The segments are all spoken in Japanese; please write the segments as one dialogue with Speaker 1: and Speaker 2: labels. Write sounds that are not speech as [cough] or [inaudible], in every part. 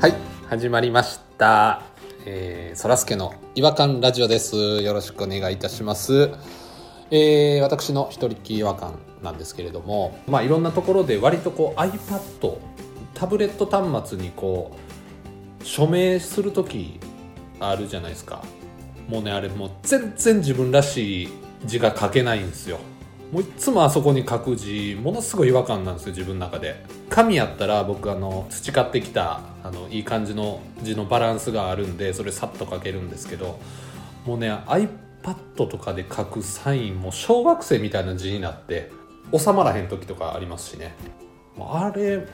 Speaker 1: はい始まりましたえーそらすけの違和感ラジオですよろしくお願いいたしますえー私の一人っきり違和感なんですけれどもまあいろんなところで割とこう iPad タブレット端末にこう署名する時あるじゃないですかもうねあれもう全然自分らしい字が書けないんですよもういつもあそこに書く字ものすごい違和感なんですよ自分の中で紙やったら僕あの培ってきたあのいい感じの字のバランスがあるんでそれさっと書けるんですけどもうね iPad とかで書くサインも小学生みたいな字になって収まらへん時とかありますしねもうあれ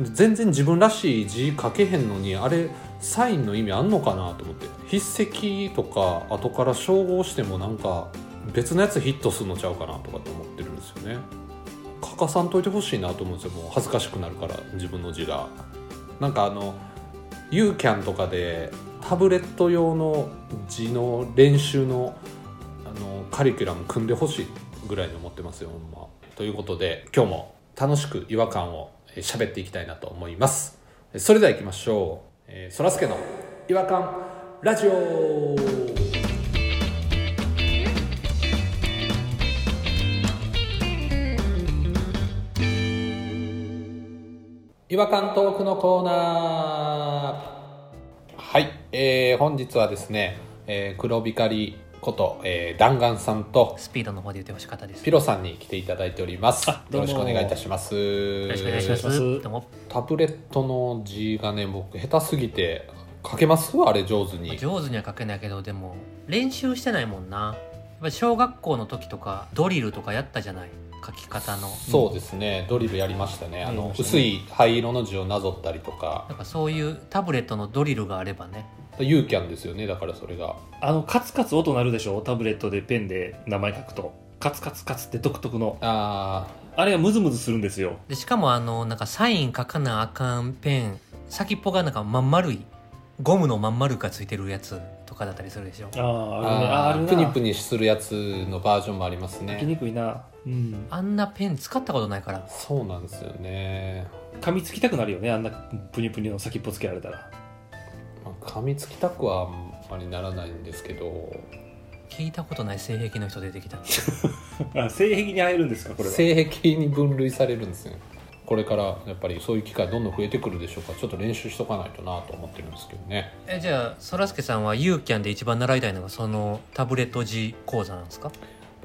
Speaker 1: 全然自分らしい字書けへんのにあれサインの意味あんのかなと思って筆跡とか後から照合してもなんか別のやつヒットするのちゃうかなとかって思ってるんですよね書かさんといてほしいなと思うんですよもう恥ずかしくなるから自分の字がなんかあの u c a n とかでタブレット用の字の練習のあのカリキュラム組んでほしいぐらいに思ってますよほんまということで今日も楽しく違和感をえー喋っていきたいなと思いますえそれでは行きましょうえーそらすけの違和感ラジオ違和感トークのコーナーはい、えー本日はですね、えー黒光りこと、えー弾丸さんと
Speaker 2: スピードの方で言ってほしかったです。
Speaker 1: ピロさんに来ていただいておりますよ
Speaker 3: ど
Speaker 1: ろ
Speaker 3: うも
Speaker 1: しくお願いいたしますよ
Speaker 2: よろしくお願いします。どうも。
Speaker 1: タブレットの字がね僕下手すぎて書けますあれ上手に
Speaker 2: 上手には書けないけど、でも練習してないもんな。やっぱり小学校の時とかドリルとかやったじゃない。書き方の。
Speaker 1: そうですねドリルやりましたねあ
Speaker 2: やり
Speaker 1: の
Speaker 2: ましたね
Speaker 1: 薄い灰色の字をなぞったりとか
Speaker 2: なんかそういうタブレットのドリルがあればね。
Speaker 1: ユーキャンですよねだからそれが
Speaker 3: あのカツカツ音鳴るでしょタブレットでペンで名前書くとカツカツカツって独特の
Speaker 1: あー
Speaker 3: あれがムズムズするんですよ
Speaker 2: でしかもあのなんかサイン書かなあかんペン先っぽがなんかまん丸いゴムのまん丸がついてるやつとかだったりするでしょ。
Speaker 3: ああ
Speaker 1: あ
Speaker 3: ある
Speaker 1: ー
Speaker 3: ねあ
Speaker 1: プ
Speaker 3: る
Speaker 1: ニ
Speaker 3: な
Speaker 1: プニするやつのバージョンもあります
Speaker 3: 書き
Speaker 1: ね
Speaker 3: にくいな、うん、
Speaker 2: あんなペン使ったことないから。
Speaker 1: そうなんですよね
Speaker 3: 噛みつきたくなるよねあんなプニプニの先っぽつけられたら
Speaker 1: まあ噛みつきたくはあんまりならないんですけど
Speaker 2: 聞いたことない性癖の人出てきた。
Speaker 3: [laughs] あ性癖に会えるんですかこれは
Speaker 1: 性癖に分類されるんですねこれからやっぱりそういう機会どんどん増えてくるでしょうからちょっと練習しとかないとなと思ってるんですけどね
Speaker 2: えじゃあそらすけさんはユーキャンで一番習いたいのがそのタブレット G 講座なんですか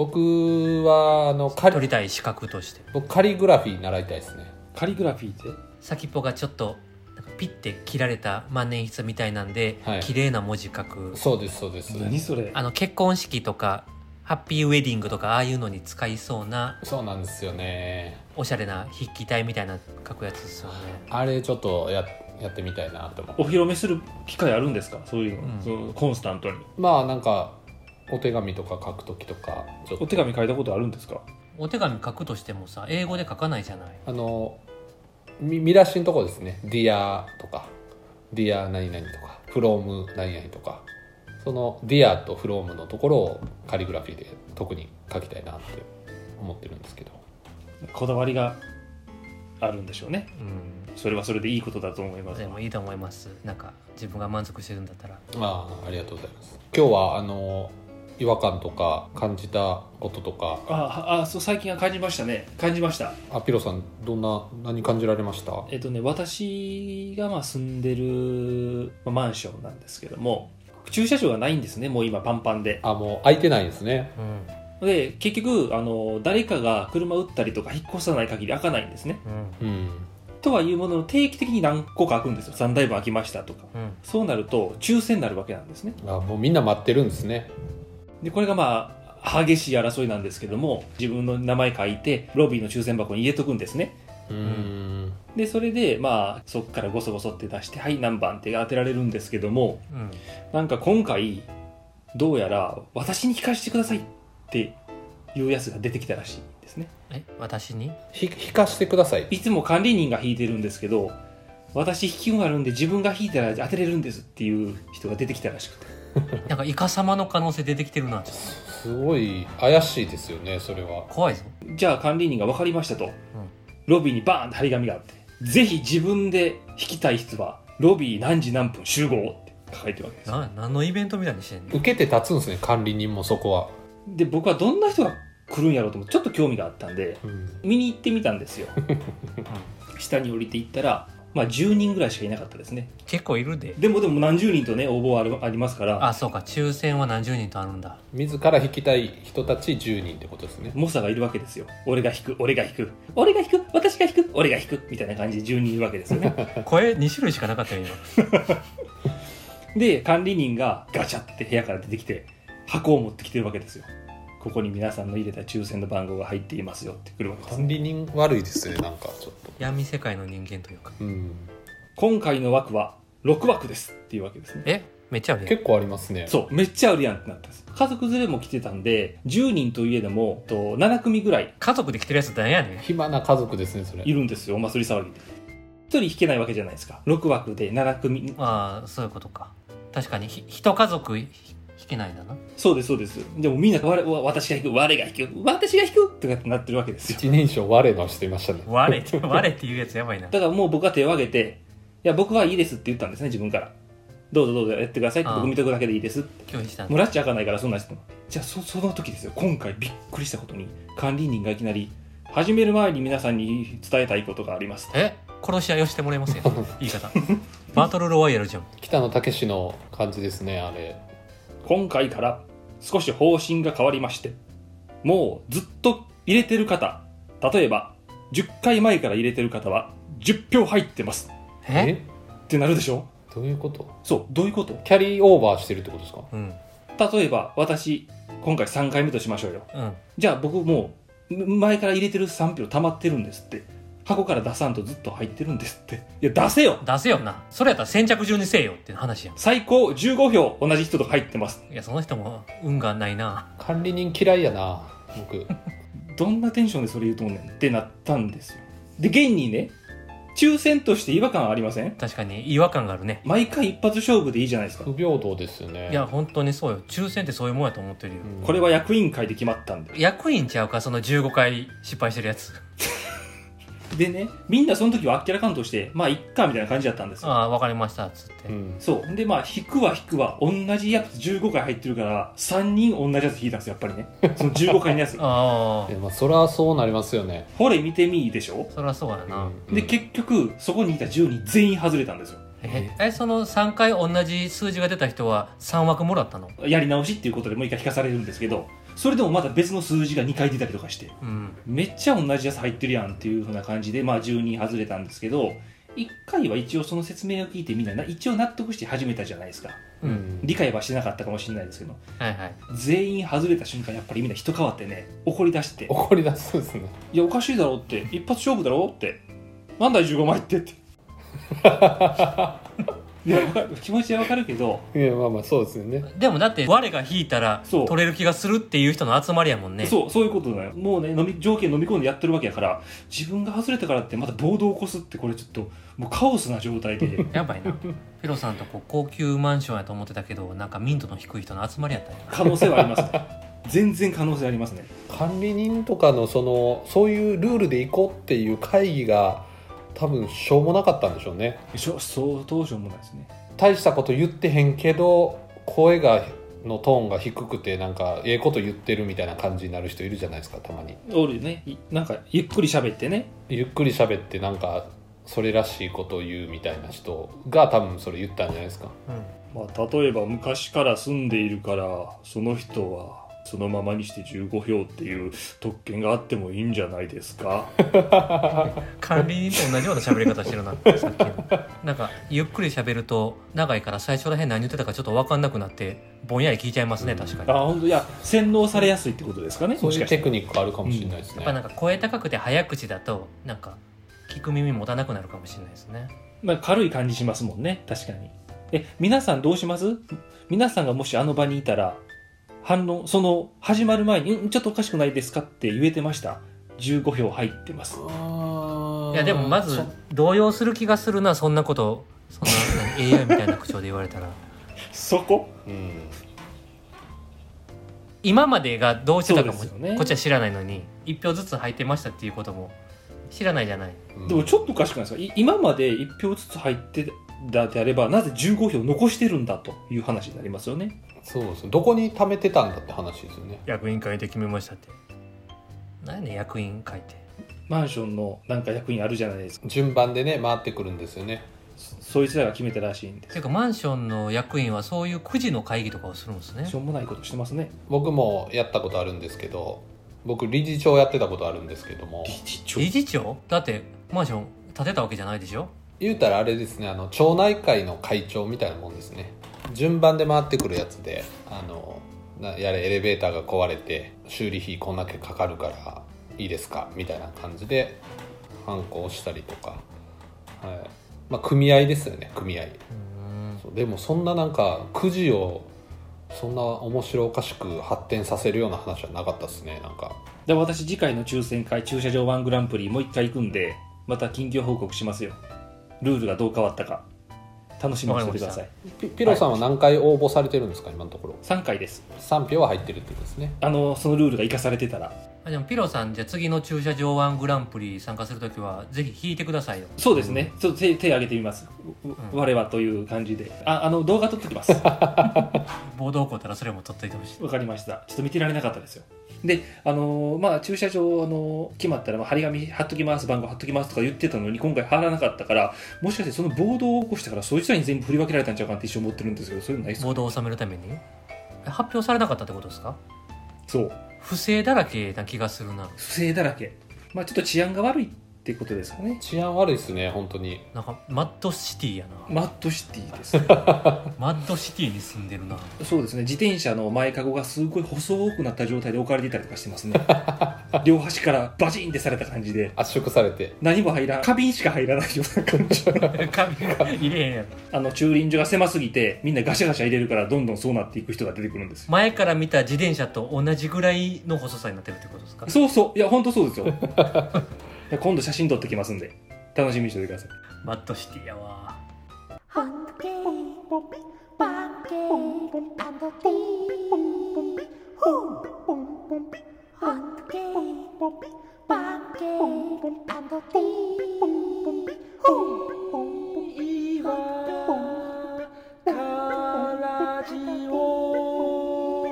Speaker 1: 僕はあのカ
Speaker 2: 取り
Speaker 1: リ
Speaker 2: たい資格として
Speaker 1: 僕カリグラフィー習いたいですね
Speaker 3: カリグラフィーって
Speaker 2: 先っぽがちょっとなんかピッて切られた万年筆みたいなんで、
Speaker 1: はい
Speaker 2: 綺麗な文字書く
Speaker 1: そうですそうです
Speaker 3: 何それ
Speaker 2: あの結婚式とかハッピーウェディングとかああいうのに使いそうな
Speaker 1: そうなんですよね
Speaker 2: おしゃれな筆記体みたいな書くやつですよね
Speaker 1: あれちょっとややってみたいなと思
Speaker 3: お
Speaker 1: って
Speaker 3: 披露目する機会あるんですかそういうの,、
Speaker 2: うん
Speaker 3: そのコンスタントに
Speaker 1: まあなんかお手紙とか書く時とかちょっ
Speaker 3: お
Speaker 1: と
Speaker 3: 手紙書いたことあるんですか
Speaker 2: お手紙書くとしてもさ英語で書かないじゃない
Speaker 1: あのみ見出しのとこですね「Dear」とか「Dear 何々」とか「From 何々」とかその「Dear」と「From」のところをカリグラフィーで特に書きたいなって思ってるんですけど
Speaker 3: こだわりがあるんでしょうね
Speaker 2: うん
Speaker 3: それはそれでいいことだと思います
Speaker 2: でもいいと思いますなんか自分が満足してるんだったら
Speaker 1: ああありがとうございます今日はあの違和感とか感じたこととか
Speaker 3: ああそう最近は感じましたね感じました
Speaker 1: あピロさんどんな何感じられました
Speaker 3: えっとね私がまあ住んでるまあマンションなんですけども駐車場がないんですねもう今パンパンで
Speaker 1: あもう空いてないですね
Speaker 2: うん
Speaker 3: で結局あの誰かが車売ったりとか引っ越さない限り開かないんですね
Speaker 2: うん
Speaker 1: うん
Speaker 3: とはいうものの定期的に何個か開くんですよ3台分開きましたとか
Speaker 2: うん
Speaker 3: そうなると抽選になるわけなんですね
Speaker 1: あもうみんな待ってるんですね
Speaker 3: でこれがまあ激しい争いなんですけども自分の名前書いてロビーの抽選箱に入れとくんですね
Speaker 1: うーん
Speaker 3: でそれでまあそこからゴソゴソって出してはい何番って当てられるんですけども
Speaker 2: うん
Speaker 3: なんか今回どうやら私に聞かせてくださいっていうやつが出てきたらしいんですね
Speaker 2: え私に
Speaker 1: ひ引かしてください
Speaker 3: いつも管理人が引いてるんですけど私引き運があるんで自分が引いたら当てれるんですっていう人が出てきたらしくて
Speaker 2: なんかイカ様の可能性出てきてるなちょっ
Speaker 1: すごい怪しいですよねそれは
Speaker 2: と怖いぞ
Speaker 3: じゃあ管理人が分かりましたと、ロビーにバーンって張り紙があってぜひ自分で引きたい人はロビー何時何分集合って書いてるわけですよ
Speaker 2: な何のイベントみたいにしてんの
Speaker 1: 受けて立つんですね管理人もそこは、
Speaker 3: で僕はどんな人が来るんやろうと思ってちょっと興味があったんで
Speaker 1: うん
Speaker 3: 見に行ってみた
Speaker 1: [laughs]
Speaker 3: んですよ下に降りていったらまあ10人ぐらいしかいなかったですね
Speaker 2: 結構いるで
Speaker 3: でもでも何十人とね応募はあるありますから
Speaker 2: あそうか抽選は何十人とあるんだ
Speaker 1: 自ら引きたい人たち10人ってことですね
Speaker 3: 猛者がいるわけですよ俺が引く俺が引く俺が引く私が引く俺が引くみたいな感じで10人いるわけです
Speaker 1: [laughs]
Speaker 3: よね
Speaker 2: 声2種類しかなかったよ今
Speaker 3: で管理人がガチャって部屋から出てきて箱を持ってきてるわけですよここに皆さんの入れた抽選の番号が入っていますよってくるわけです
Speaker 1: 管理人悪いですねなんかちょっと
Speaker 2: 闇世界の人間というか
Speaker 1: うん
Speaker 3: 今回の枠は6枠ですっていうわけですね
Speaker 2: えめっちゃあるやん
Speaker 1: 結構ありますね
Speaker 3: そうめっちゃあるやんってなったんです家族連れも来てたんで10人といえどもと7組ぐらい
Speaker 2: 家族で来てるやつなんやねん
Speaker 1: 暇な家族ですねそれ
Speaker 3: いるんですよお祭り騒ぎで1人引けないわけじゃないですか6枠で7組
Speaker 2: ああそういうことか確かにひ一家族ひ引けないんだな
Speaker 3: そうですそうですでもみんな我わ私が引く我が引く私が引くとかってなってるわけですよ
Speaker 1: 一人称我のしていましたね
Speaker 2: 我って我っていうやつやばいな
Speaker 3: だからもう僕は手を挙げていや僕はいいですって言ったんですね自分からどうぞどうぞやってくださいって
Speaker 2: ああ
Speaker 3: 僕見とくだけでいいですって
Speaker 2: 拒否したん
Speaker 3: も
Speaker 2: だ
Speaker 3: うラッチ開かないからそんなんしてもじゃあそその時ですよ今回びっくりしたことに管理人がいきなり始める前に皆さんに伝えたいことがあります
Speaker 2: え殺し合いをしてもらえますよ言い方バトルロワイヤルじゃん
Speaker 1: 北野武の感じですねあれ
Speaker 3: 今回から少し方針が変わりましてもうずっと入れてる方例えば10回前から入れてる方は10票入ってます
Speaker 2: え
Speaker 3: ってなるでしょ
Speaker 1: どういうこと
Speaker 3: そうどういうこと
Speaker 1: キャリーオーバーしてるってことですか
Speaker 2: うん
Speaker 3: 例えば私今回3回目としましょうよ
Speaker 2: うん
Speaker 3: じゃあ僕もう前から入れてる3票溜まってるんですって箱から出さんとずっと入ってるんですっていや出せよ
Speaker 2: 出せよなそれやったら先着順にせえよって話や
Speaker 3: 最高15票同じ人と入ってます
Speaker 2: んいやその人も運がないな
Speaker 1: 管理人嫌いやな
Speaker 2: [laughs]
Speaker 1: 僕
Speaker 3: どんなテンションでそれ言うと思うねんってなったんですよで現にね抽選として違和感ありません
Speaker 2: 確かに違和感があるね
Speaker 3: 毎回一発勝負でいいじゃないですか
Speaker 1: 不平等ですよね
Speaker 2: いや本当にそうよ抽選ってそういうもんやと思ってるよ、
Speaker 1: うん
Speaker 3: これは役員会で決まったんで
Speaker 2: 役員ちゃうかその15回失敗してるやつ
Speaker 3: でねみんなその時はあっけらかんとしてまあいっかみたいな感じだったんですよ
Speaker 2: ああ分かりましたっつって、
Speaker 1: うん
Speaker 3: そうでまあ引くは引くは同じやつ15回入ってるから3人同じやつ引いたんですよやっぱりねその15回のやつ
Speaker 2: [laughs] あ
Speaker 1: い
Speaker 2: あ
Speaker 1: やまあそりゃそうなりますよね、
Speaker 3: ほれ見てみいでしょ
Speaker 2: そりゃそうやな、
Speaker 1: うん
Speaker 3: で結局そこにいた10人全員外れたんですよ
Speaker 2: ええその3回同じ数字が出た人は3枠もらったの
Speaker 3: やり直しっていうことでもう一回引かされるんですけどそれでもまた別の数字が2回出たりとかして
Speaker 2: うん
Speaker 3: めっちゃ同じやつ入ってるやんっていうふうな感じで、まあ、10人外れたんですけど1回は一応その説明を聞いてみんなな一応納得して始めたじゃないですか
Speaker 2: うん、
Speaker 1: うん
Speaker 3: 理解はしてなかったかもしれないですけど
Speaker 2: はいはい
Speaker 3: 全員外れた瞬間やっぱりみんな人変わってね怒り出して
Speaker 1: 怒り出すんですね
Speaker 3: 「いやおかしいだろ」って「一発勝負だろ」って「なんだい15枚って」っていやわかる気持ちはわかるけど
Speaker 1: いやまあまあそうですよね
Speaker 2: でもだって我が引いたら
Speaker 3: そう
Speaker 2: 取れる気がするっていう人の集まりやもんね、
Speaker 3: そう、そういうことだよ。もうね、飲み、条件飲み込んでやってるわけやから、自分が外れたからってまた暴動を起こすって、これちょっと、もうカオスな状態で
Speaker 2: やばいなピロさんとこう高級マンションやと思ってたけどなんかミントの低い人の集まりやったんや
Speaker 3: 可能性はありますね。全然可能性ありますね。
Speaker 1: 管理人とかのそのそういうルールで行こうっていう会議が多分しょうもなかったんでしょうね
Speaker 3: しょそう、当初もないですね。
Speaker 1: 大したこと言ってへんけど声がのトーンが低くてなんかええこと言ってるみたいな感じになる人いるじゃないですかたまに
Speaker 3: おるよね。いなんか、ゆっくり喋ってね。
Speaker 1: ゆっくり喋ってなんかそれらしいことを言うみたいな人が多分それ言ったんじゃないですか
Speaker 3: まあ、例えば昔から住んでいるから、その人は、そのままにして15票っていう特権があってもいいんじゃないですか。
Speaker 2: 管理人と同じような喋り方してる [laughs] なさっきのなんかゆっくり喋ると長いから最初らへん何言ってたかちょっと分かんなくなってぼんやり聞いちゃいますね確かに
Speaker 3: [laughs] あ、
Speaker 2: や
Speaker 3: 本当いや、洗脳されやすいってことですかね。
Speaker 1: そう
Speaker 3: もし
Speaker 1: い
Speaker 3: か
Speaker 1: う
Speaker 3: して
Speaker 1: テクニックあるかもしれないですね
Speaker 2: っぱなんか声高くて早口だとなんか聞く耳持たなくなるかもしれないですね
Speaker 3: まあ、軽い感じしますもんね確かにえ皆さんどうします皆さんがもしあの場にいたら反論その始まる前に「んちょっとおかしくないですか?」って言えてました15票入ってます
Speaker 2: いやでもまず動揺する気がするなそんなことそんな何 AI みたいな口調で言われたら
Speaker 3: そこ
Speaker 1: うん
Speaker 2: 今までがどうしてたかも、
Speaker 3: そうですよね
Speaker 2: こっちは知らないのに1票ずつ入ってましたっていうことも知らないじゃない
Speaker 1: うん
Speaker 3: でもちょっとおかしくないですかい今まで1票ずつ入ってだであればなぜ15票残してるんだという話になりますよね
Speaker 1: そうですどこに貯めてたんだって話ですよね
Speaker 2: 役員会で決めましたって何やねん役員会って
Speaker 3: マンションのなんか役員あるじゃないですか
Speaker 1: 順番でね回ってくるんですよね
Speaker 3: そそいつらが決めたらしいんで
Speaker 2: ていうかマンションの役員はそういう9時の会議とかをするんですね
Speaker 3: しょうもないことしてますね
Speaker 1: 僕もやったことあるんですけど僕理事長やってたことあるんですけども
Speaker 3: 理事長
Speaker 2: 理事長だってマンション建てたわけじゃないでしょ
Speaker 1: 言うたらあれですねあの町内会の会長みたいなもんですね順番で回ってくるやつであのなやれエレベーターが壊れて修理費こんだけかかるからいいですかみたいな感じで反抗したりとか、はいまあ、組合ですよね組合
Speaker 2: うん
Speaker 1: そうでもそんななんかくじをそんな面白おかしく発展させるような話はなかったですねなんか
Speaker 3: で私次回の抽選会駐車場ワングランプリもう一回行くんでまた近況報告しますよルールがどう変わったか楽しみにしててください
Speaker 1: ピピロさんは何回応募されてるんですか今のところ
Speaker 3: 3回です
Speaker 1: 3票は入ってるってことですね
Speaker 3: あのそのルールが生かされてたら
Speaker 2: あでもピロさんじゃあ次の駐車場ワングランプリ参加するときはぜひ引いてくださいよ
Speaker 3: そうですね、ちょっと手手挙げてみます、うう我はという感じでああの動画撮ってきます [laughs] わ
Speaker 2: 暴動起こったらそれも取っといてほしい
Speaker 3: かりましたちょっと見てられなかったですよであのーまあ駐車場、あのー決まったら、まあ、張り紙貼っときます番号貼っときますとか言ってたのに今回貼らなかったからもしかしてその暴動を起こしたからそいつらに全部振り分けられたんちゃうかなって一生思ってるんですけどそういうのないですか
Speaker 2: 暴動を収めるためにえ発表されなかったってことですか
Speaker 3: そう
Speaker 2: 不正だらけな気がするな
Speaker 3: 不正だらけまあちょっと治安が悪いってことですかね
Speaker 1: 治安悪いですね本当に
Speaker 2: なんかマッドシティやな
Speaker 3: マッドシティです
Speaker 1: [laughs]
Speaker 2: マッドシティに住んでるな [laughs]
Speaker 3: そうですね自転車の前かごがすごい細くなった状態で置かれていたりとかしてますね両端からバチンってされた感じで
Speaker 1: 圧縮されて
Speaker 3: 何も入らん花瓶しか入らないような
Speaker 1: [laughs]
Speaker 3: 感じ
Speaker 2: 髪が入れへんやろ
Speaker 3: あの駐輪場が狭すぎてみんなガシャガシャ入れるからどんどんそうなっていく人が出てくるんですよ
Speaker 2: 前から見た自転車と同じぐらいの細さになってるってことですか
Speaker 3: そうそういや本当そうで
Speaker 1: [laughs]
Speaker 3: すよで今度写真撮ってきますんで楽しみにしておいてください
Speaker 2: マッドシティやわ
Speaker 4: Hunky,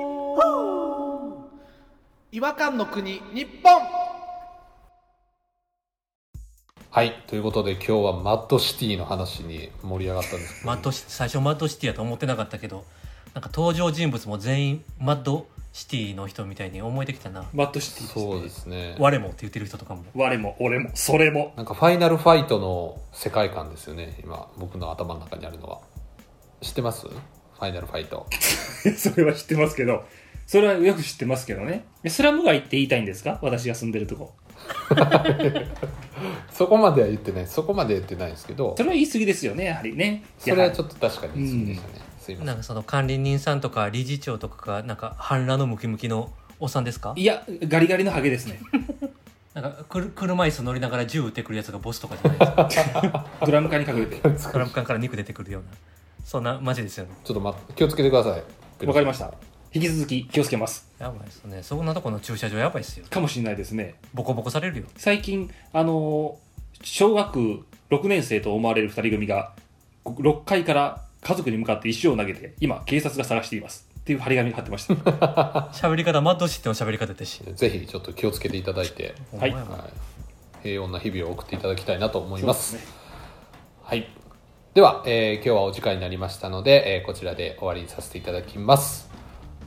Speaker 1: 違和感の国日本はいということで今日はマッドシティの話に盛り上がったんですけど
Speaker 2: マッドシ最初マッドシティやと思ってなかったけどなんか登場人物も全員マッドシティの人みたいに思えてきたな
Speaker 3: マッドシティですね
Speaker 1: そうですね
Speaker 2: 我もって言ってる人とかも
Speaker 3: 我も俺もそれも
Speaker 1: なんかファイナルファイトの世界観ですよね今僕の頭の中にあるのは知ってますファイナルファイト
Speaker 3: [laughs] それは知ってますけど、それはよく知ってますけどね。えスラム街って言いたいんですか私が住んでるとこ。
Speaker 1: そこまでは言ってないそこまでは言ってないんですけど
Speaker 3: それは言い過ぎですよね、やはりね。
Speaker 1: それは
Speaker 3: や
Speaker 1: ちょっと確かにそうでしたね、すいませ
Speaker 2: なん
Speaker 1: ん
Speaker 2: かその管理人さんとか理事長とかがなんか半裸のムキムキのおっさんですか
Speaker 3: いや、ガリガリのハゲですね。 [laughs]
Speaker 2: なんかくる車椅子乗りながら銃撃ってくるやつがボスとかじゃない
Speaker 3: [laughs]
Speaker 2: ですか
Speaker 3: ドラム缶に隠れて。
Speaker 2: クラム缶から肉出てくるようなそんなマジですよね
Speaker 1: ちょっと、ま、気をつけてください
Speaker 3: わかりました。引き続き気をつけます。
Speaker 2: やばいですねそんなとこの駐車場やばいっすよ
Speaker 3: かもしれないですね。
Speaker 2: ボコボコされるよ
Speaker 3: 最近、あのー小学6年生と思われる2人組が、6階から家族に向かって石を投げて、今、警察が探しています。っていう張り紙が貼って
Speaker 1: [laughs]
Speaker 3: ました。
Speaker 2: 喋り方マッドシティの喋り方だし
Speaker 1: ぜひちょっと気をつけていただいて、
Speaker 3: はい
Speaker 2: お前
Speaker 1: はい、平穏な日々を送っていただきたいなと思います
Speaker 3: そうで
Speaker 1: はいでは、えー今日はお時間になりましたので、えーこちらで終わりにさせていただきます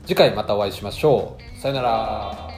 Speaker 1: 次回またお会いしましょうさよなら